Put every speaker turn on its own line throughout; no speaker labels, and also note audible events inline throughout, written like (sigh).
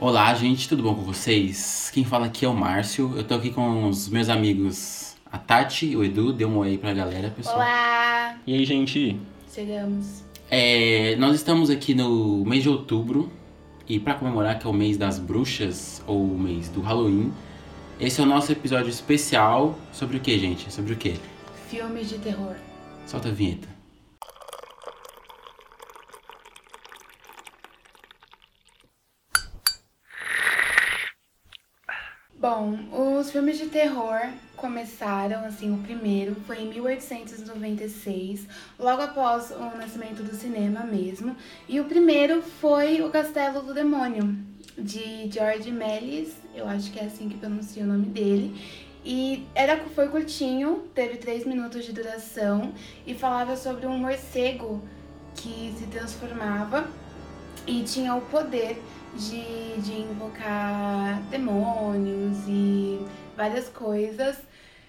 Olá, gente, tudo bom com vocês? Quem fala aqui é o Márcio. Eu tô aqui com os meus amigos, a Tati, o Edu, dê um oi pra galera, pessoal.
Olá!
E aí, gente?
Chegamos.
É, nós estamos aqui no mês de outubro e para comemorar que é o mês das bruxas ou o mês do Halloween, esse é o nosso episódio especial sobre o que, gente? Sobre o que?
Filmes de terror.
Solta a vinheta.
Bom, os filmes de terror começaram, assim, o primeiro foi em 1896, logo após o nascimento do cinema mesmo. E o primeiro foi O Castelo do Demônio, de George Melis, eu acho que é assim que pronuncia o nome dele. E era, foi curtinho, teve 3 minutos de duração e falava sobre um morcego que se transformava e tinha o poder de, de invocar demônios e várias coisas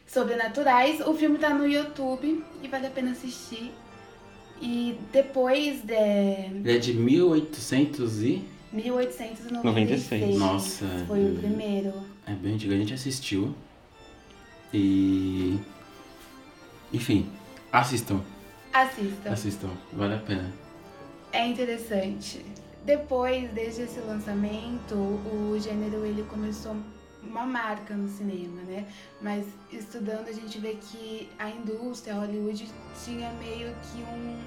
sobrenaturais. O filme tá no YouTube e vale a pena assistir. E depois de
Ele é de 1800 e...
1896
Nossa.
foi o primeiro.
É bem antigo, a gente assistiu. E... Enfim, assistam,
Assistam,
assistam, vale a pena.
é interessante. Depois, desde esse lançamento, o gênero ele começou uma marca no cinema, né? Mas estudando a gente vê que a indústria, Hollywood, tinha meio que um,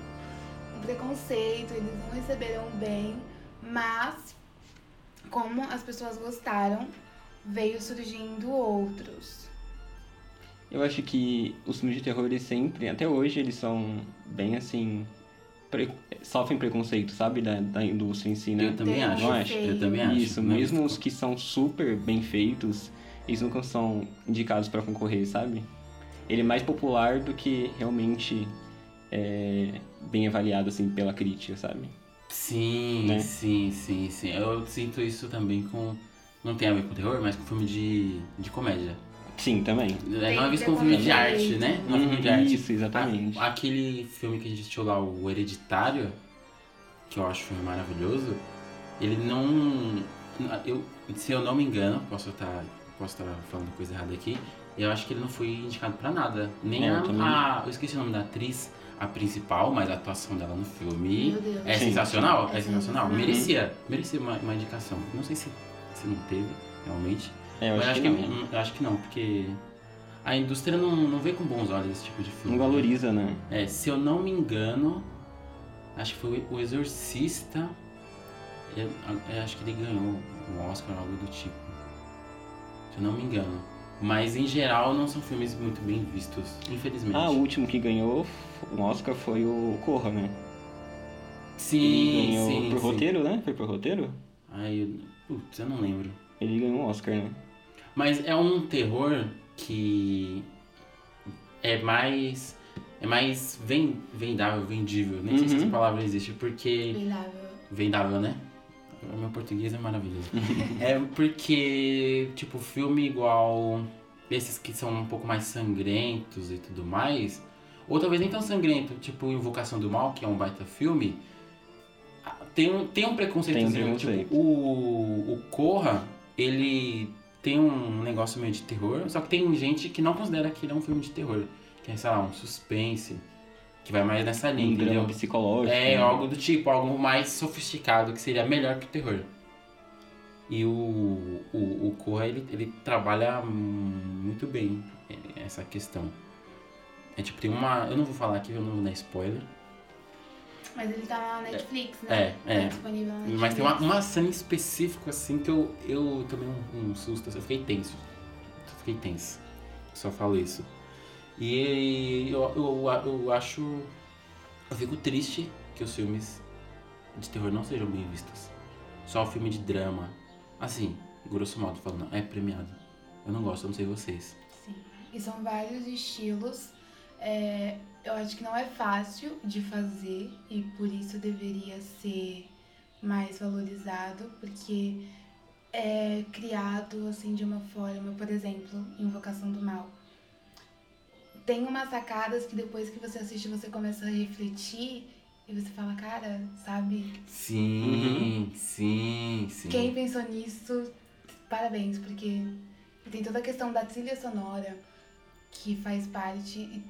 um preconceito, eles não receberam bem, mas como as pessoas gostaram, veio surgindo outros.
Eu acho que os filmes de terror, eles sempre, até hoje, eles são bem assim. pre- Sofrem preconceito, sabe? Da, da indústria em si,
Eu
né?
também
Tem
acho,
um feio.
eu também acho. né?
Isso,
Mas-
mesmo os que são super bem feitos, eles nunca são indicados pra concorrer, sabe? Ele é mais popular do que realmente é, bem avaliado, assim, pela crítica, sabe?
Sim,
né?
sim, sim, sim. Eu sinto isso também com. Não tem a ver com terror, mas com filme de, de comédia.
Sim, também.
É uma
que
vez
ter
com filme de
comédia.
arte, né? Não é
Uhum,
filme de arte. Ah,
Isso, exatamente.
A- Aquele filme que a gente assistiu lá, o Hereditário, que eu acho um filme maravilhoso, ele não. Eu, se eu não me engano, posso estar posso tá falando coisa errada aqui, eu acho que ele não foi indicado pra nada. Nem
É, eu
a,
também.
a- Eu esqueci o nome da atriz, a principal, mas a atuação dela no filme.
Meu Deus.
É
Sim. Uhum.
sensacional, é
É
sensacional.
sensacional.
Merecia, merecia uma, uma indicação. Não sei se, se não teve, realmente.
É, eu
mas
acho, que, não. né?
hum, eu acho que não, porque a indústria não, não vê com bons olhos esse tipo de filme.
Não valoriza, né?
É, se eu não me engano, acho que foi o Exorcista. Eu, eu acho que ele ganhou um Oscar, algo do tipo. Se eu não me engano. Mas em geral não são filmes muito bem vistos, infelizmente.
Ah, o último que ganhou um Oscar foi o Corra, né? Ele
sim,
ganhou
sim.
pro
sim.
roteiro, né? Foi pro roteiro?
Ai, eu, putz, eu não lembro.
Ele ganhou um Oscar, né?
Mas é um terror que é mais. É mais ven- vendável, vendível. Nem sei se
Uhum.
essa palavra existe, porque.
Brilhável.
Vendável, né? O meu português é
(laughs)
maravilhoso. é porque, tipo, filme igual. Esses que são um pouco mais sangrentos e tudo mais. Ou talvez nem tão sangrento, tipo Invocação do Mal, que é um baita filme. ah, Tem um, tem um preconceitozinho.
Tem um preconceito.
Tipo, o, o Corra, ele tem um negócio meio de terror, só que tem gente que não considera que ele é um filme de terror. Que é, sei lá, um suspense. Que vai mais nessa linha,
Um
entendeu?
drama psicológico.
É,
né?
algo do tipo, algo mais sofisticado que seria melhor que o terror. E o, o, o Corra, ele, ele trabalha hum, muito bem essa questão. É tipo, tem uma. Eu não vou falar aqui, eu não vou dar spoiler.
Mas ele tá na Netflix, né?
É, é.
Tá disponível na Netflix.
Mas tem uma, uma cena em específico, assim, que eu, eu tomei um, um susto, assim, eu fiquei tenso. Eu fiquei tenso. Só falo isso. E eu, eu, eu acho. Eu fico triste que os filmes de terror não sejam bem vistos. Só o filme de drama. Assim, grosso modo falando, é premiado. Eu não gosto, eu não sei vocês.
Sim. E são vários estilos. É, eu acho que não é fácil de fazer e por isso deveria ser mais valorizado, porque é criado assim de uma forma, por exemplo, Invocação do Mal. Tem umas sacadas que depois que você assiste você começa a refletir e E você fala, cara, sabe?
Sim, sim, sim.
Quem pensou nisso, parabéns, porque tem toda a questão da trilha sonora que faz parte, e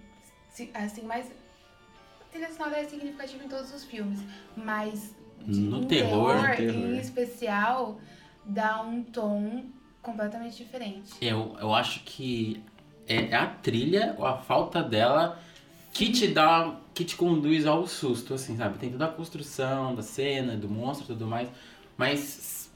se- assim, mais. A trilha sonora é significativa em todos os filmes, mas de-
No
em
terror,
no terror.
em especial, dá um tom completamente diferente.
Eu, eu acho que é a trilha ou a falta dela que te dá, que te conduz ao susto, assim, sabe? Tem toda a construção da cena, do monstro e tudo mais, mas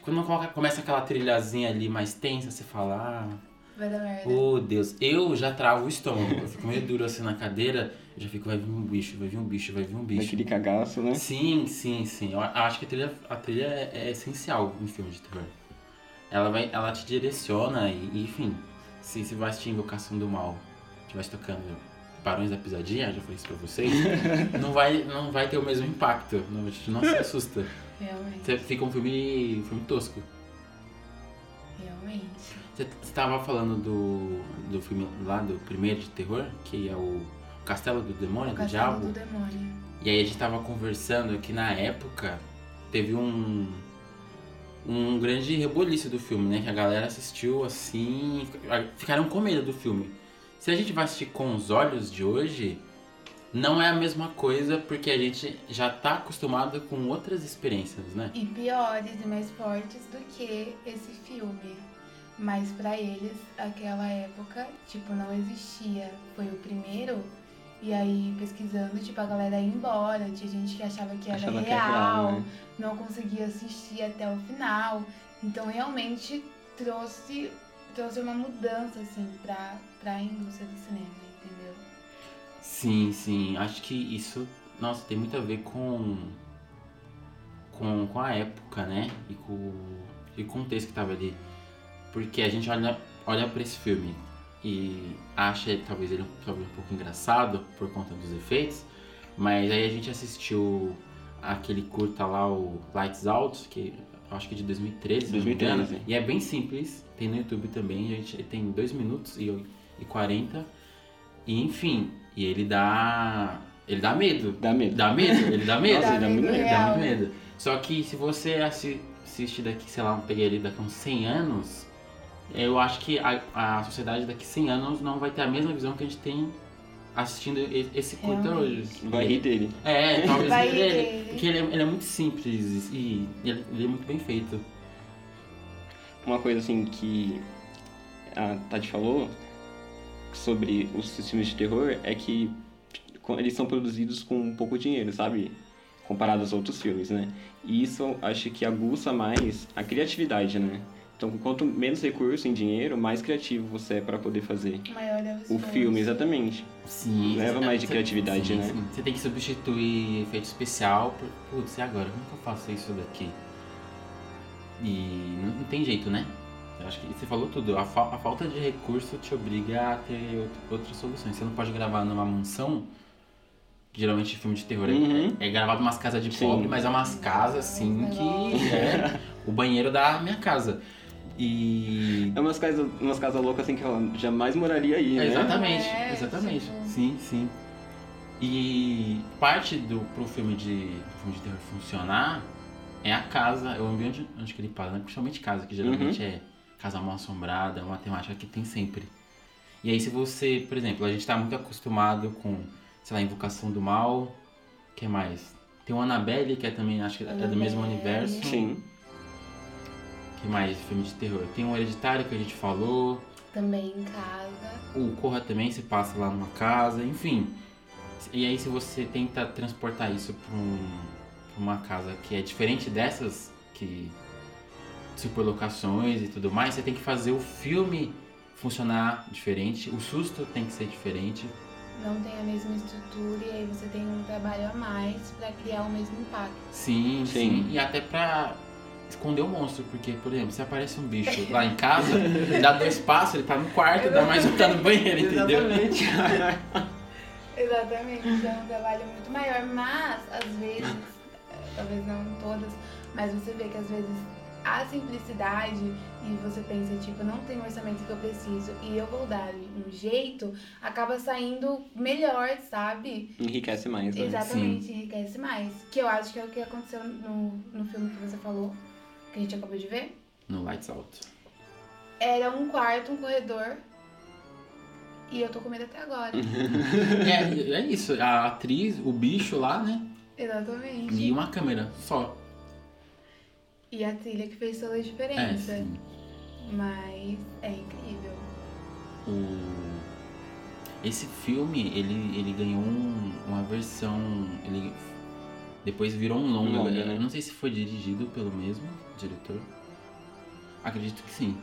quando coloca- começa aquela trilhazinha ali mais tensa, você fala, ah,
Vai dar merda.
Oh, Deus. Eu já travo o estômago. Eu fico meio duro assim na cadeira. Eu já fico, vai vir um bicho, vai vir um bicho, vai vir um bicho.
Daquele cagaço, né?
Sim, sim, sim. Eu acho que a trilha, a trilha é, é essencial em filme de terror. Ela, vai, ela te direciona e, e, enfim, se você vai assistir Invocação do Mal, estivesse tocando Barões da Pisadinha, já falei isso pra vocês, não vai, não vai ter o mesmo impacto. Não, não se assusta.
Realmente,
Você fica um filme, um filme tosco.
realmente.
Você você tava falando do, do filme lá, do primeiro de terror, que é o Castelo do Demônio,
O
do
castelo
Diabo.
do demônio.
E aí a gente tava conversando que na época teve um um grande reboliço do filme, né? Que a galera assistiu assim, fica- ficaram com medo do filme. Se a gente vai assistir com os olhos de hoje, não é a mesma coisa porque a gente já tá acostumado com outras experiências, né?
E piores e mais fortes do que esse filme. Mas pra eles, aquela época, tipo, não existia. Foi o primeiro. E aí, pesquisando, tipo, a galera ia embora. Tinha gente que achava que era
Achava
é real,
que era real, né?
não conseguia assistir até o final. Então, realmente, trouxe, trouxe uma mudança, assim, pra, pra indústria do cinema, entendeu?
Sim, sim. Acho que isso, nossa, tem muito a ver com com, com a época, né? E com, e com o contexto que tava ali. Porque a gente olha, olha para esse filme e acha ele- talvez ele um- talvez um pouco engraçado por conta dos efeitos, mas aí a gente assistiu aquele curta lá, o Lights Out, que eu acho que é de 2013, se não me engano.
2013.
E é bem simples, tem no YouTube também, a gente tem 2 minutos e, e 40. E enfim, e ele dá. Ele dá medo.
Dá medo.
Dá medo, ele dá medo.
Nossa, ele É, dá muito
Ele
medo.
dá
Real.
muito medo. Só que se você assi- assiste daqui, sei lá, peguei ali daqui a uns 100 anos, eu acho que a, a sociedade daqui a 100 anos não vai ter a mesma visão que a gente tem assistindo e- esse curta
Realmente.
hoje.
Vai rir dele.
É, talvez
Vai
ele,
dele.
Porque ele é, ele é muito simples e ele, ele é muito bem feito.
Uma coisa assim que a Tati falou sobre os filmes de terror é que co- eles são produzidos com pouco dinheiro, sabe? Comparado aos outros filmes, né? E isso eu acho que aguça mais a criatividade, né? Então, quanto menos recurso em dinheiro, mais criativo você é para poder fazer
Maior é
o
esforço.
filme, exatamente.
Sim. tá-
Leva mais de criatividade, né?
Você tem que substituir efeito especial por. Putz, e agora? Como que eu faço isso daqui? E não, não tem jeito, né? Eu acho que você falou tudo. A, fa- a falta de recurso te obriga a ter out- outras soluções. Você não pode gravar numa mansão. Geralmente filme de terror é-
Uhum.
é, gravado umas casas de
Sim.
pobre, mas é umas casas assim que
Negócio.
é o banheiro da minha casa. E
É umas casas umas casa loucas assim que eu jamais moraria aí, né?
Exatamente,
É,
exatamente.
tipo-
Sim, sim. E parte do pro filme de, pro filme de terror funcionar é a casa, é o ambiente onde que ele passa, né? principalmente casa, que geralmente é casa mal assombrada, é uma temática que tem sempre. E aí se você, por exemplo, a gente tá muito acostumado com, sei lá, Invocação do Mal, que é mais? Tem o Annabelle, que é também, acho que é do mesmo
Annabelle.
universo.
Sim.
Que mais filme de terror? Tem o Hereditário, que a gente falou.
Também em casa.
O Corra também se passa lá numa casa, enfim. E aí se você tenta transportar isso pra, um- pra uma casa que é diferente dessas, que superlocações e tudo mais, você tem que fazer o filme funcionar diferente, o susto tem que ser diferente.
não tem a mesma estrutura e aí você tem um trabalho a mais pra criar o mesmo impacto.
Sim, sim.
Sim.
E até pra esconder o monstro, porque, por exemplo, se aparece um bicho lá em casa, dá dois passos, ele tá no quarto, dá mais um tá no
(laughs)
banheiro, entendeu?
Exatamente.
(laughs)
Exatamente, então é um trabalho muito maior, mas às vezes, eh, talvez não em todas, mas você vê que às vezes a simplicidade e você pensa, tipo, não tem o orçamento que eu preciso e eu vou dar um jeito, acaba saindo melhor, sabe?
Enriquece mais, né?
Exatamente, enriquece mais. Que eu acho que é o que aconteceu no, no filme que você falou, que a gente acabou de ver.
No Lights Out.
Era um quarto, um corredor. E eu tô com medo até agora.
Uhum. É, é isso. A atriz, o bicho lá, né? E
Exatamente.
uma câmera só.
E a trilha que fez toda a
É,
diferença.
sim.
Mas é incrível.
O... Esse filme, ele, ele ganhou um- uma versão. Ele depois virou um longa.
Longa,
Eu
né?
não sei se foi dirigido pelo mesmo diretor. Acredito que sim.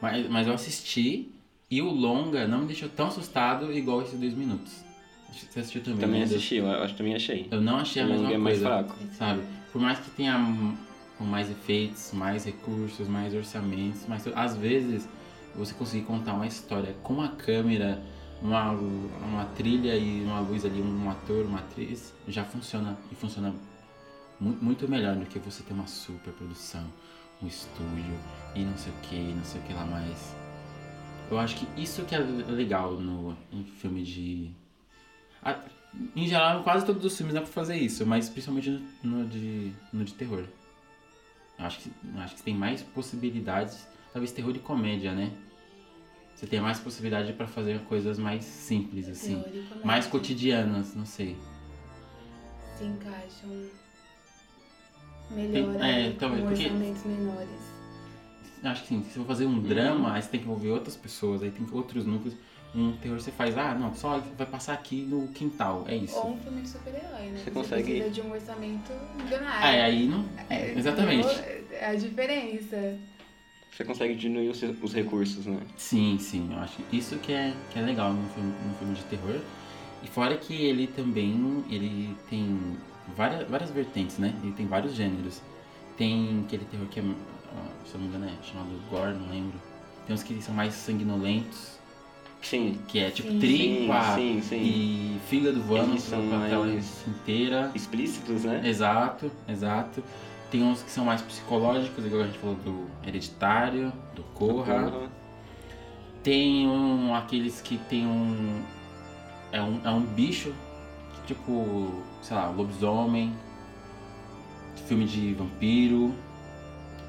Mas, mas eu assisti e o longa não me deixou tão assustado igual esses dois minutos. Acho que Você assistiu também?
Também
né?
assisti, eu acho que também achei.
Eu não achei a
O
mesma
longa é
coisa.
mais fraco.
Esse
Sabe?
filme.
Por mais que tenha hum, com mais efeitos, mais recursos, mais orçamentos, mas às vezes você conseguir contar uma história com a câmera, uma, lu- uma trilha e uma luz ali, um ator, uma atriz, já funciona e funciona mu- muito melhor do que você ter uma super produção, um estúdio e não sei o que, não sei o que lá mais. Eu acho que isso que é legal no em filme de. A- em geral, em quase todos os filmes dá pra fazer isso, mas principalmente no, no de, no de terror. Eu acho que, eu acho que tem mais possibilidades, talvez terror e comédia, né? Você tem mais possibilidade pra fazer coisas mais simples, assim.
Teórico, né?
Mais cotidianas, não sei.
Se encaixam
Tem-
melhor
é,
ali, com
talvez, porque-
orçamentos menores.
Acho que sim, se você for fazer um drama, aí você tem que envolver outras pessoas, aí tem que- outros núcleos. Um terror você faz, ah, não, só vai passar aqui no quintal, é isso.
Ou um filme de super-herói, né?
Você consegue-
precisa de um orçamento milionário.
É, aí não.
É,
Exatamente.
entendeu? É a diferença.
Você consegue diminuir os, os recursos, né?
Sim, sim, eu acho que isso que é, que é legal num filme, num filme de terror. E fora que ele também ele tem várias, várias vertentes, né? Ele tem vários gêneros. Tem aquele terror que é, ó, se eu não me engano, é chamado gore, não lembro. Tem uns que são mais sanguinolentos,
Sim.
que é tipo
Sim.
Sim,
tripa
sim, sim.
e fígado voando
Eles são
com a tela
mais-
inteira.
Explícitos,
É,
né?
Exato, exato. Tem uns que são mais psicológicos, igual a gente falou do Hereditário, do Corra. Tem um, aqueles que tem um é, um. é um bicho, tipo, sei lá, lobisomem, filme de vampiro.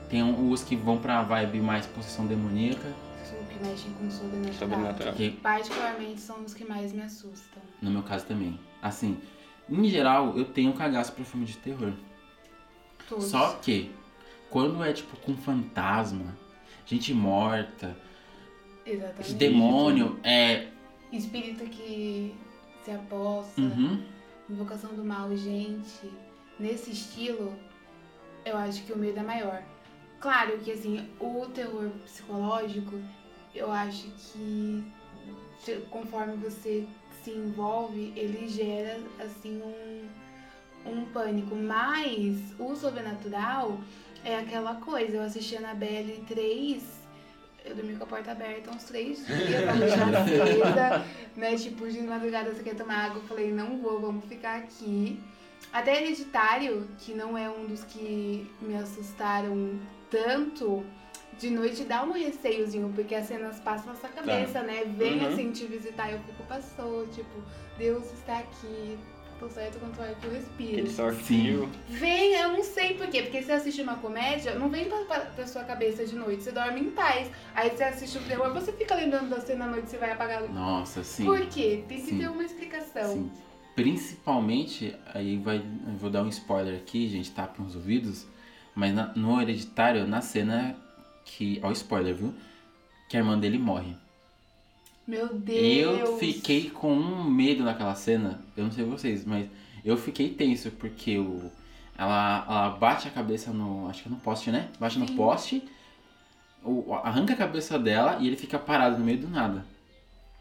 Tem um- os que vão pra vibe mais possessão demoníaca,
Os que mexem com sobrenatural.
Sobrenatural.
que
Particularmente são os que mais me assustam.
no meu caso também. Assim, em geral, eu tenho um cagaço pra filme de terror.
Todos.
Só que, quando é tipo com fantasma, gente morta,
Exatamente.
demônio, é.
Espírito que se aposta,
Uhum.
invocação do mal, gente. Nesse estilo, eu acho que o medo é maior. Claro que, assim, o terror psicológico, eu acho que se- conforme você se envolve, ele gera, assim, um, um pânico. Mas o sobrenatural é aquela coisa. Eu assisti a Annabelle 3, eu dormi com a porta aberta uns três dias pra deixar acesa, né? Tipo, de madrugada você quer tomar água, eu falei, não vou, vamos ficar aqui. Até Hereditário, que não é um dos que me assustaram tanto, de noite dá um receiozinho, porque as cenas passam na sua cabeça, né? Vem
Uhum.
assim te visitar, eu fico, passou, tipo, Deus está aqui, tô certo quanto é que eu respiro.
Aquele sorteio.
Vem, eu não sei por quê, porque você assiste uma comédia, não vem pra, pra, pra sua cabeça de noite, você dorme em paz. Aí você assiste o terror, você fica lembrando da cena à noite, você vai apagar a luz.
Nossa, assim, sim.
Por quê? Tem que
Sim.
ter uma explicação.
Sim. Principalmente, aí vai, eu vou dar um spoiler aqui, gente, tapa uns ouvidos, mas na- no Hereditário, na cena que. Ó, spoiler, viu? Que a irmã dele morre.
Meu Deus!
Eu fiquei com um medo naquela cena, eu não sei vocês, mas eu fiquei tenso porque o, ela, ela bate a cabeça no. Acho que é no poste, né? Bate no
Sim.
poste, o- arranca a cabeça dela e ele fica parado no meio do nada.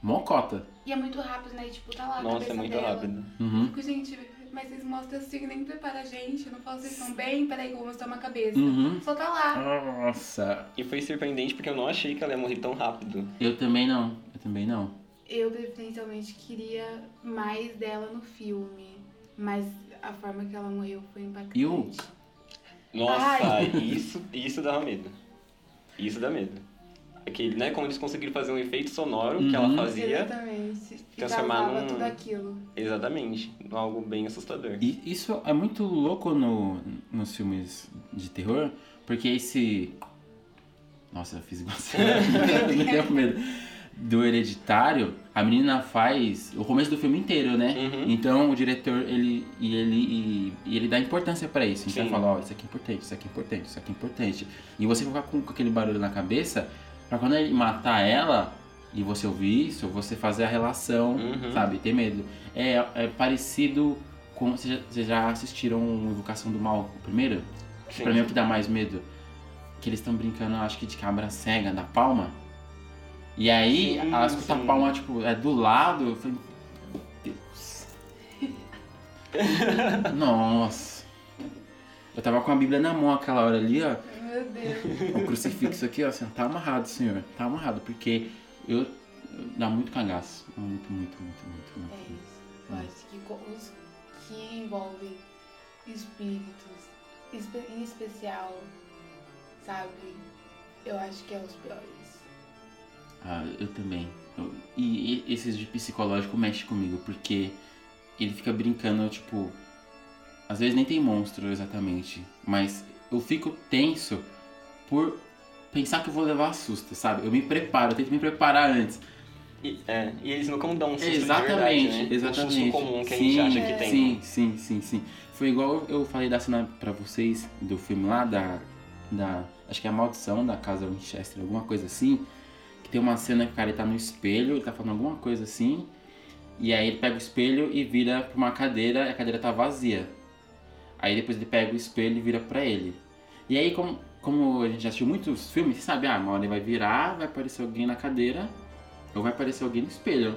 Mocota.
E é muito rápido, né? Tipo, tá lá. a
Nossa,
cabeça
é muito
dela.
rápido.
Uhum.
Fico, gente, mas vocês mostram assim, nem prepara a gente, eu não falo, vocês estão bem, peraí que eu vou mostrar uma cabeça.
Uhum.
Só tá lá.
Nossa,
E foi surpreendente porque eu não achei que ela ia morrer tão rápido.
Eu também não, eu também não.
Eu preferencialmente queria mais dela no filme, mas a forma que ela morreu foi impactante.
E o-
Nossa,
Ai.
isso, isso dá medo. Isso dá medo. Aquele, né, como eles conseguiram fazer um efeito sonoro que ela
Uhum.
fazia,
Exatamente. Que
transformar
causava
num-
tudo aquilo.
exatamente, algo bem assustador.
E isso é muito louco no, nos filmes de terror, porque esse. Nossa, eu fiz igual você. (laughs) Não tenho medo. Do hereditário, a menina faz o começo do filme inteiro, né?
Uhum.
Então o diretor, ele. E ele, e, e ele dá importância pra isso. Então
Sim.
ele fala, ó, isso aqui é importante, isso aqui é importante, isso aqui é importante. E você ficar com, com aquele barulho na cabeça, pra quando ele matar ela e você ouvir isso, você fazer a relação,
Uhum.
sabe? Ter medo. É, é parecido com. Vocês já, vocês já assistiram Invocação do Mal, o primeiro?
Sim.
Pra mim é o que dá mais medo. Que eles estão brincando, acho que de cabra cega, da palma. E aí,
Sim,
ela escuta a
sim.
palma, tipo, é do lado. Eu falei, meu Deus. Nossa. Eu tava com a Bíblia na mão aquela hora ali, ó.
Meu Deus.
O crucifixo aqui, ó. Assim, tá amarrado, senhor. Tá amarrado, porque eu. eu- Dá muito cagaço. Muito, muito, muito, muito, muito.
É isso.
Hum.
Eu acho que co- os que envolvem espíritos, espe- em especial, sabe? Eu acho que é os piores.
Ah, eu também. Eu- e, e esses de psicológico mexe comigo, porque ele fica brincando, tipo. Às vezes nem tem monstro exatamente, mas eu fico tenso por pensar que eu vou levar susto, sabe? Eu me preparo, eu tento me preparar antes.
E, é, e eles nunca dão um susto
exatamente,
de verdade, né?
exatamente.
Um susto comum que a
sim,
gente acha que tem.
Sim, sim, sim, sim. Foi igual eu falei da cena pra vocês do filme lá, da. da acho que é a maldição da casa Winchester, alguma coisa assim. Que tem uma cena que o cara ele tá no espelho, ele tá falando alguma coisa assim. E aí ele pega o espelho e vira pra uma cadeira, e a cadeira tá vazia. Aí depois ele pega o espelho e vira pra ele. E aí, como, como a gente já assistiu muitos filmes, você sabe, ah, uma hora ele vai virar, vai aparecer alguém na cadeira, ou vai aparecer alguém no espelho.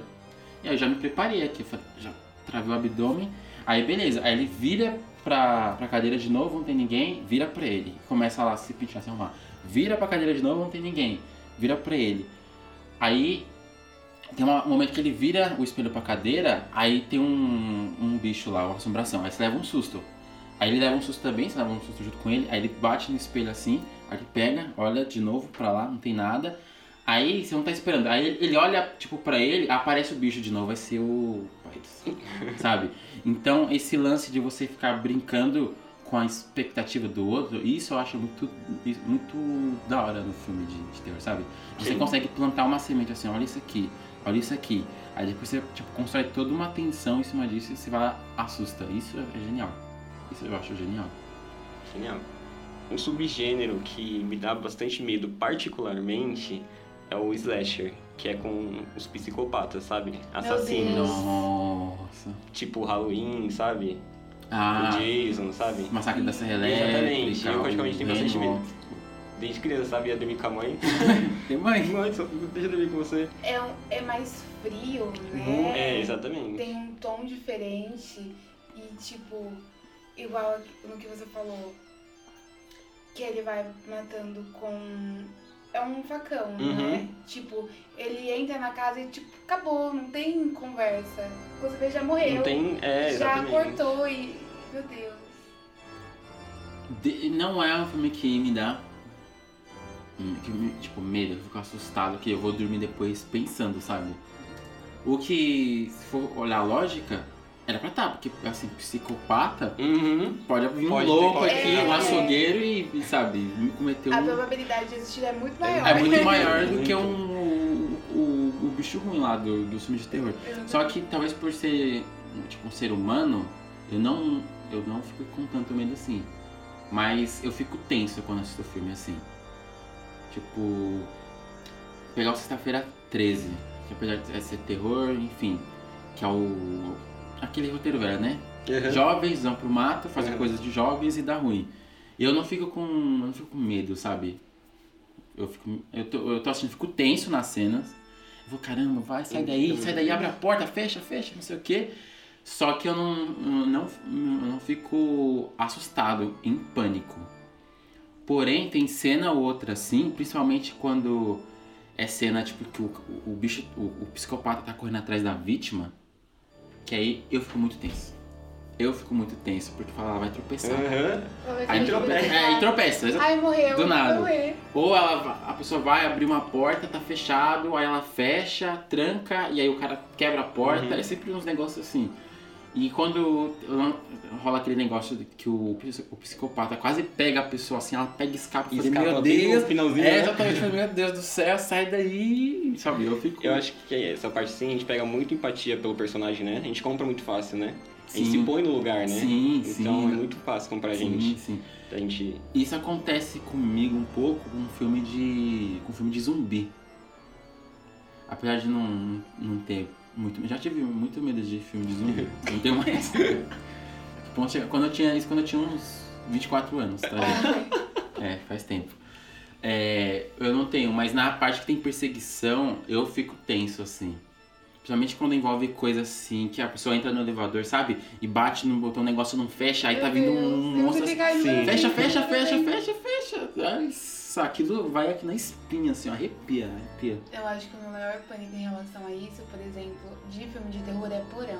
E aí eu já me preparei aqui, fa- já travei o abdômen. Aí beleza, aí ele vira pra, pra cadeira de novo, não tem ninguém, vira pra ele. Começa lá a se pintar, se arrumar. Vira pra cadeira de novo, não tem ninguém. Vira pra ele. Aí tem uma- um momento que ele vira o espelho pra cadeira, aí tem um, um bicho lá, uma assombração. Aí você leva um susto. Aí ele leva um susto também, você leva um susto junto com ele. Aí ele bate no espelho assim, aí ele pega, olha de novo pra lá, não tem nada. Aí você não tá esperando. Aí ele- ele olha, tipo, pra ele, aparece o bicho de novo, vai ser o. Pai do céu, Sabe? Então, esse lance de você ficar brincando com a expectativa do outro, isso eu acho muito, muito da hora no filme de, de terror, sabe? Você
Sim.
consegue plantar uma semente assim, olha isso aqui, olha isso aqui. Aí depois você tipo, constrói toda uma tensão em cima disso e você vai lá, assusta. Isso é genial. Isso eu acho genial.
Genial. Um subgênero que me dá bastante medo, particularmente, é o slasher, que é com os psicopatas, sabe?
Deus.
Assassinos,
Nossa.
tipo Halloween, sabe?
Ah,
O Jason, sabe?
Tipo, Massacre da Serra Elétrica.
Exatamente, É eu praticamente tenho bastante
Remo.
medo. Desde criança, sabe? Ia dormir com a mãe.
Tem mais.
mãe, só- deixa eu dormir com você.
É, um- é mais frio, né?
É, exatamente.
tem um tom diferente e tipo igual no que você falou que ele vai matando com é um facão, né?
Uhum.
Tipo, ele entra na casa e tipo, acabou, não tem conversa. Você vê, já morreu.
Não tem... É,
já
exatamente.
cortou e meu Deus.
De- não é um filme que me dá. hum, Que me, tipo, medo, eu fico assustado que eu vou dormir depois pensando, sabe? O que, se for olhar a lógica, era pra tá, porque assim, psicopata
Uhum.
pode vir um
Pode ter
louco
qualquer
aqui, um
coisa.
açougueiro e, e, sabe, me cometeu
A
um.
probabilidade de existir é muito maior.
É
(laughs)
muito maior do
Muito.
que um, o, o, o bicho ruim lá do, do filme de terror. Só que talvez por ser tipo, um ser humano, eu não, eu não fico com tanto medo assim. Mas eu fico tenso quando assisto filme assim. Tipo. Pegar o sexta-feira 13, que apesar de ser terror, enfim. Que é o. aquele roteiro velho, né?
Uhum.
Jovens vão pro mato, fazem
Uhum.
coisas de jovens e dá ruim. E eu não fico com. Eu não fico com medo, sabe? Eu fico. Eu tô, eu tô assistindo, fico tenso nas cenas. Eu vou, caramba, vai, sai daí, sai daí, abre a porta, fecha, fecha, não sei o quê. Só que eu não, eu não, eu não fico assustado, em pânico. Porém, tem cena ou outra assim, principalmente quando é cena tipo que o, o bicho, o, o psicopata tá correndo atrás da vítima, que aí eu fico muito tenso. Eu fico muito tenso, porque fala, ela vai tropeçar.
É. Aham.
Aí tropeça, é, e tropeça. exa-
Ai, morreu.
Do nada.
morrer.
Ou ela, a pessoa vai abrir uma porta, tá fechado, aí ela fecha, tranca, e aí o cara quebra a porta.
Uhum.
É sempre uns negócios assim. E quando lan- rola aquele negócio de que o, psi- o psicopata quase pega a pessoa assim, ela pega e escapa e fala,
Escapa
meu
bem no
Deus.
finalzinho,
É,
né?
exatamente, eu falei, meu Deus do céu, sai daí. Sabe, eu fico.
Eu acho que é essa parte sim, a gente pega muito empatia pelo personagem, né? A gente compra muito fácil, né? A gente
Sim.
se põe no lugar, né?
Sim, sim.
Então é muito fácil comprar a
sim,
gente.
sim.
A gente.
Isso acontece comigo um pouco com um filme de. com um filme de zumbi. Apesar de não, não ter muito. Já tive muito medo de filme de
(laughs)
zumbi. Não tenho mais. Bom, chega- quando eu tinha isso, quando eu tinha uns 24 anos, tá? gente? É, faz tempo. É, eu não tenho, mas na parte que tem perseguição, eu fico tenso, assim. Principalmente quando envolve coisa assim, que a pessoa entra no elevador, sabe? E bate no botão, o negócio não fecha, aí tá
Meu
vindo
Deus,
um
eu
monstro
fico caindo
Sim.
assim.
Fecha, fecha, fecha, fecha, fecha. Nossa, aquilo vai aqui na espinha, assim, ó, arrepia, arrepia.
Eu acho que o meu maior pânico em relação a isso, por exemplo, de filme de terror é porão.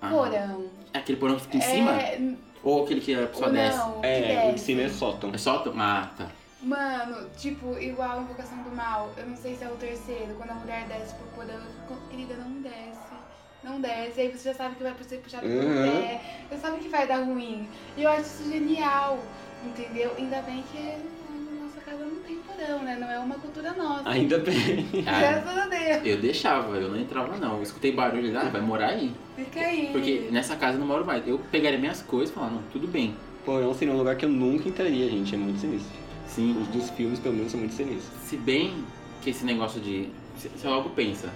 Ah,
Porão.
é aquele porão que fica em cima?
É,
Ou aquele que a pessoa
ou
desce?
não, que
É, o de
desce.
cima é sótão.
É só tomar. Ah,
(laughs)
tá.
Mano, tipo, igual Invocação do Mal, eu não sei se é o terceiro, quando a mulher desce pro porão, eu fico, querida, não desce, não desce, aí você já sabe que vai ser puxado pelo
Uhum.
pé, você sabe que vai dar ruim, e eu acho isso genial, entendeu? Ainda bem que na nossa casa não tem porão, né, não é uma cultura nossa,
Ainda bem.
Ah,
graças a Deus,
eu deixava, eu não entrava não. Eu escutei barulho, ele, ah, vai morar aí.
fica aí.
Porque né? nessa casa eu não moro mais. Eu pegaria minhas coisas e falar, não, tudo bem.
Porão seria um lugar que eu nunca entraria, gente. É muito sinistro.
Sim.
Os dos filmes, pelo menos, são muito sinistros.
Se bem que esse negócio de. Você você logo pensa,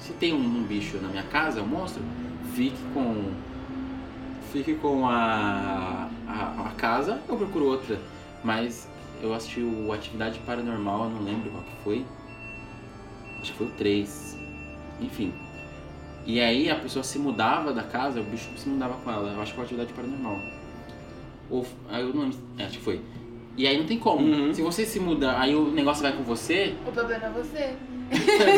se tem um, um bicho na minha casa, um monstro, fique com. Fique com a, a, a casa, eu procuro outra. Mas eu assisti o Atividade Paranormal, eu não lembro qual que foi. Acho que foi o 3. Enfim. E aí a pessoa se mudava da casa, o bicho se mudava com ela. Eu acho que foi Atividade Paranormal. Ou. ah, Eu não lembro. é, acho que foi. E aí não tem como.
Uhum.
Se você se muda, aí o negócio vai com você.
O problema é você, (laughs)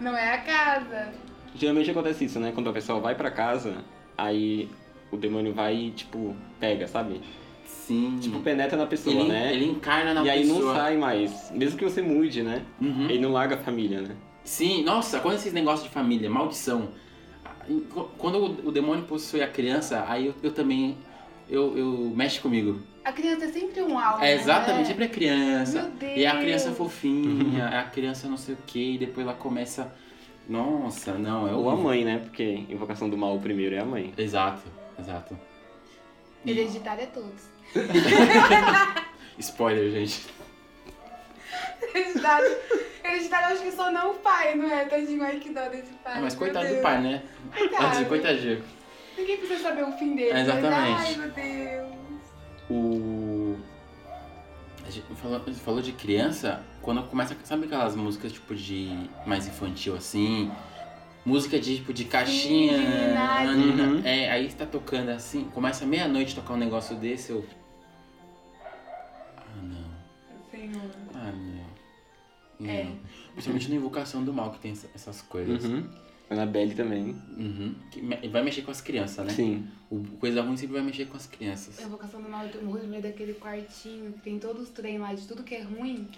não é a casa.
Geralmente acontece isso, né? Quando a pessoa vai pra casa, aí o demônio vai e, tipo, pega, sabe?
Sim.
Tipo, penetra na pessoa,
ele,
né?
ele encarna na
E aí
pessoa.
não sai mais. Mesmo que você mude, né?
Uhum.
Ele não larga a família, né?
Sim, nossa, quando esses negócios de família, maldição. Ah, Quando o, o demônio possui a criança, aí eu, eu também. Eu, eu mexe comigo.
A criança é sempre um alvo,
É exatamente,
né?
sempre a criança.
Meu Deus.
E é a criança
Uhum.
fofinha, é a criança não sei o que, e depois ela começa. Nossa, não, é
Ou a
horrível.
mãe, né? Porque invocação do mal, o primeiro é a mãe.
Exato, exato.
Hereditário é todos.
Spoiler, gente.
(laughs) Hereditário, hereditário, eu acho que só não o pai, não é? Tadinho, ai que dó desse pai.
Ah, mas
meu
coitado do
Deus.
pai, né?
Coitado.
Antes de coitadinho.
Ninguém precisa saber o fim dele.
É, exatamente.
Mas, ai, meu Deus.
O. a gente Falou, você falou de criança, quando começa. Sabe aquelas músicas tipo de. mais infantil assim? Música de tipo de caixinha.
de meninagem.
nanana.
Uhum.
É, aí você tá tocando assim, começa meia-noite tocar um negócio desse, eu. Ah não.
Senhor.
Ah não. Não.
É.
Principalmente na invocação do mal que tem essa- essas coisas.
Uhum. Annabelle também.
Uhum. Que me- vai mexer com as crianças, né?
Sim.
O coisa ruim sempre vai mexer com as crianças.
Eu vou caçando mal, eu tenho muito medo daquele quartinho que tem todos os trem lá de tudo que é ruim.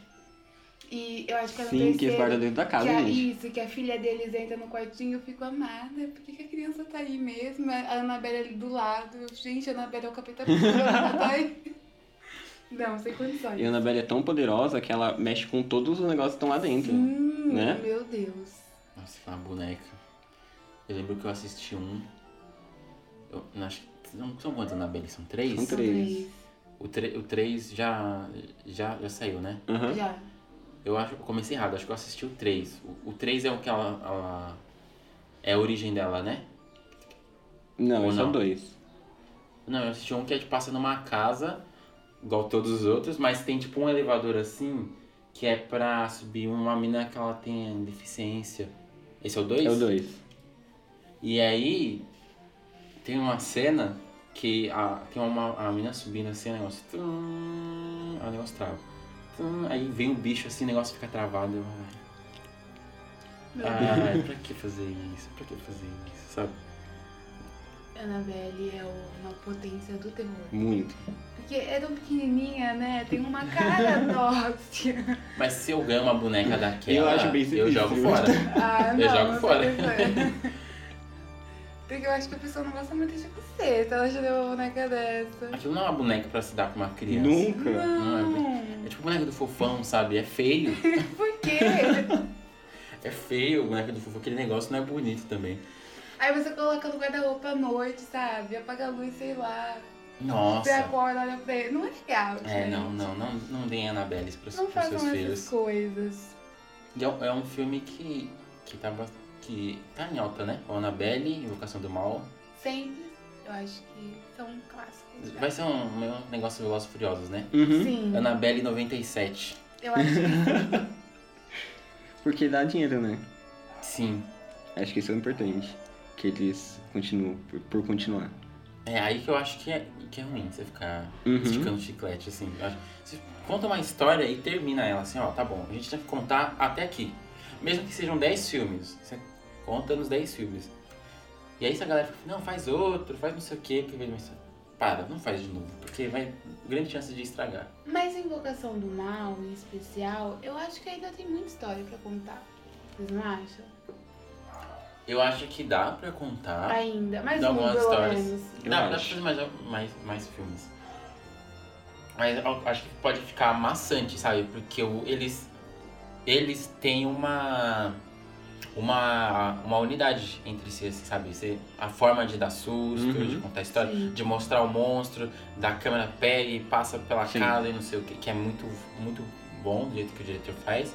E eu acho que é no
Sim, que eles
terceiro,
guardam dentro da casa,
que a,
gente.
Isso, que a filha deles entra no quartinho, eu fico amada. Por que, que a criança tá aí mesmo? A Anabela ali do lado. Eu, Gente, a Anabela é o capeta puro, ela (laughs) tá aí. Não, sem condições.
E a Annabelle é tão poderosa que ela mexe com todos os negócios que estão lá dentro.
Hum,
né?
Meu Deus.
Nossa, aquela boneca. Eu lembro que eu assisti um. Eu, não, acho que. Não, são quantos Anabelle? São três?
São Três.
O, tre, o três já, já, já saiu, né?
Aham.
Já.
Eu acho eu comecei errado, acho que eu assisti o três. O, o três é o que ela, ela. É a origem dela, né?
Não,
Ou
é só
não?
dois.
Não, eu assisti um que é tipo, passa numa casa, igual todos os outros, mas tem tipo um elevador assim, que é pra subir uma mina que ela tem deficiência. Esse é o dois?
É o dois.
E aí tem uma cena que a, tem uma a menina subindo assim, o negócio. Tum, aí o negócio trava. Tum, aí vem o bicho assim, o negócio fica travado. eu, (laughs) ai. Ah, pra que fazer isso? Pra que fazer isso? Sabe?
Annabelle é uma potência do terror.
Muito.
Porque é tão pequenininha, né? Tem uma cara
(laughs)
dócil.
Mas se eu ganho uma boneca daquela,
Eu acho bem
eu
sinistro.
jogo (laughs) fora.
Ah,
Eu
não,
jogo
não
fora.
sei
(laughs)
dizer. Porque eu acho que a pessoa não gosta muito de você, se ela te deu uma boneca dessa.
Aquilo não é uma boneca pra se dar pra uma criança.
Nunca.
Não
Não.
É tipo boneca do fofão, sabe? É feio.
Por quê?
É feio o boneca do fofão. Aquele negócio não é bonito também.
Aí você coloca no guarda-roupa à noite, sabe? Apaga a luz, sei lá. Você
Nossa.
acorda, olha pra ele. Não é legal,
É,
gente.
não, não, não, não deem Annabelle pros,
Não
pros seus
façam
filhos.
essas coisas.
E é, um- é um filme que, que, tá, bas- que tá em alta, né? O Annabelle, Invocação do Mal.
Sempre, eu acho que são clássicos. já.
Vai ser um, meio um negócio Velozes e Furiosos, né?
Uhum.
Sim,
Annabelle 97.
eu acho que (laughs)
Porque dá dinheiro, né?
Sim.
Acho que isso é o importante. Que eles continuam, por, por continuar.
É aí que eu acho que é, que é ruim você ficar
Uhum.
esticando chiclete, assim. Eu acho- Você conta uma história e termina ela assim, ó, tá bom, a gente tem que contar até aqui. Mesmo que sejam 10 filmes, você conta nos 10 filmes. E aí se a galera fica, não, faz outro, faz não sei o quê, porque vem mais- Para, não faz de novo, porque vai grande chance de estragar.
Mas Invocação do Mal, em especial, eu acho que ainda tem muita história pra contar. Vocês não acham?
Eu acho que dá pra
Ah,
contar.
Ainda. Mais
Dá
um,
algumas
pelo
histórias.
menos.
eu
Dá, dá pra
acho.
fazer mais, mais, mais filmes. Mas eu acho que pode ficar maçante, sabe? Porque o- eles, eles têm uma, uma, uma unidade entre si, assim, sabe? Você- a forma de dar susto,
Uhum.
de contar a história,
Sim.
de mostrar o monstro, da câmera pega e passa pela
Sim.
casa e não sei o que, que é muito, muito bom do jeito que o diretor faz.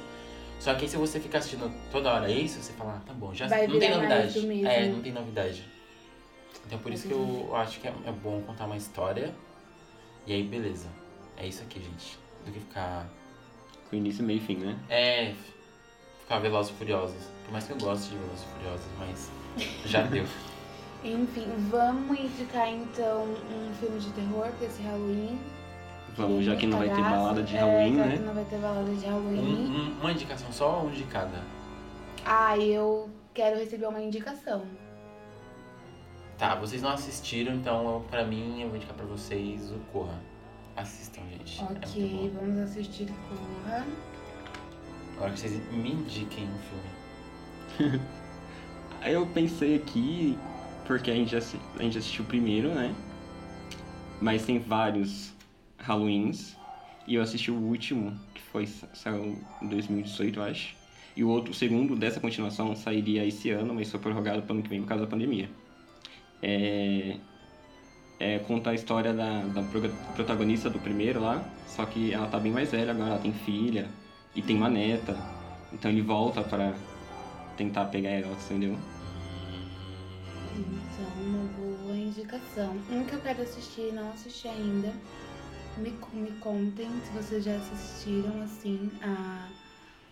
Só que aí se você ficar assistindo toda hora isso, você fala, ah, tá bom, já
Vai
não tem
virar mais
novidade.
do mesmo.
É, não tem novidade. Então por isso que
Entendi.
eu acho que é, é bom contar uma história. E aí, beleza. É isso aqui, gente. Do que ficar.
Com início, meio e fim, né?
É. f- Ficar Velozes e Furiosos. Por mais que eu goste de Velozes e Furiosos, mas. Já
(laughs)
deu.
Enfim, vamos indicar então um filme de terror pra esse Halloween.
Vamos, já que não vai ter
Cagaço.
balada de
É,
Halloween,
já que
né? Uhum.
não vai ter balada de
Um-
Halloween.
um- uma indicação só ou um de cada?
Ah, eu quero receber uma indicação.
Tá, vocês não assistiram, então eu- pra mim eu vou indicar pra vocês o Corra. Assistam, gente. É
Ok,
muito
vamos assistir Corra.
bom. Agora que vocês me indiquem um filme.
Aí eu pensei aqui, porque a gente, já, assi- a gente assistiu o primeiro, né? Mas tem vários Halloweens. E eu assisti o último, que foi sa- saiu em 2018, eu acho. E o outro, o segundo dessa continuação sairia esse ano, mas foi prorrogado para ano que vem por causa da pandemia. É, é contar a história da, da proga- protagonista do primeiro lá, só que ela tá bem mais velha agora, ela tem filha e tem uma neta. Então ele volta para tentar pegar ela, entendeu?
Então, uma boa indicação. Um que eu quero assistir e não assisti ainda. Me, co- me contem se vocês já assistiram, assim, a...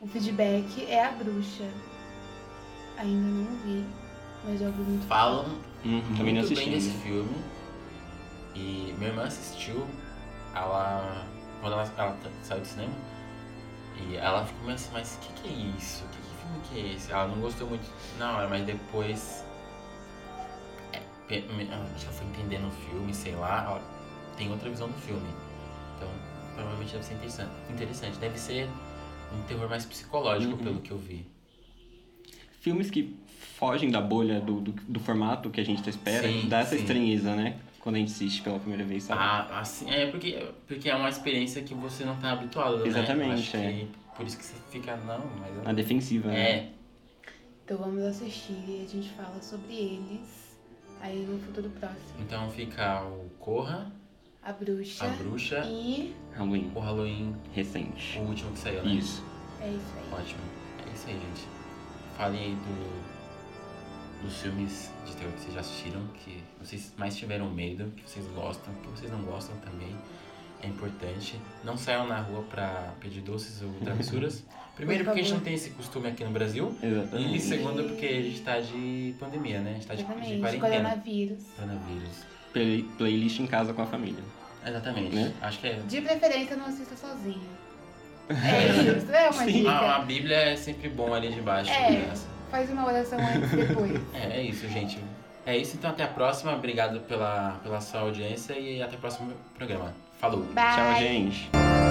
o feedback é a bruxa. Ainda não vi, mas já ouvi muito falar.
Falam
Também não
muito
assisti
bem assim. desse
ainda.
filme. E minha irmã assistiu, ela. Quando ela, ela t- saiu do cinema, e ela ficou meio assim, mas o que, que é isso? Que, que filme que é esse? Ela não gostou muito na hora, mas depois. é, pe- me- ela- acho que ela foi entendendo o filme, sei lá, ela tem outra visão do filme. Então, provavelmente deve ser interessante. interessante. Deve ser um terror mais psicológico,
Uhum.
pelo que eu vi.
Filmes que fogem da bolha do, do, do formato que a gente espera,
Sim,
dá essa
sim.
estranheza, né? Quando a gente assiste pela primeira vez, sabe?
Ah, assim, é porque, porque é uma experiência que você não tá habituado, né?
Exatamente,
Acho que
é.
por isso que você fica, não, mas...
Na defensiva, né?
É,
Então vamos assistir e a gente fala sobre eles aí no futuro próximo.
então fica o Corra,
A bruxa.
a Bruxa,
E
Halloween
o Halloween,
recente.
o último que saiu, né?
Isso.
é isso aí.
Ótimo. É isso aí, gente. Falem aí do, dos filmes de terror que vocês já assistiram, que vocês mais tiveram medo, que vocês gostam, que vocês não gostam também. É importante. Não saiam na rua pra pedir doces ou
(laughs)
travessuras. Primeiro
Por
porque a gente
favor.
não tem esse costume aqui no Brasil.
Exatamente.
E segundo, porque a gente tá de pandemia, né? A gente tá de, de
Exatamente.
quarentena.
Coronavírus.
Coronavírus.
Play- playlist em casa com a família.
Exatamente.
Né?
Acho que é.
De preferência não assista
(laughs)
sozinho. É isso, é uma
Sim.
dica.
Ah, a Bíblia é sempre bom ali de baixo,
É.
criança.
faz uma oração antes e depois.
É, é isso, gente. É isso, então até a próxima. Obrigado pela, pela sua audiência e até o próximo programa. Falou!
Bye.
Tchau, gente.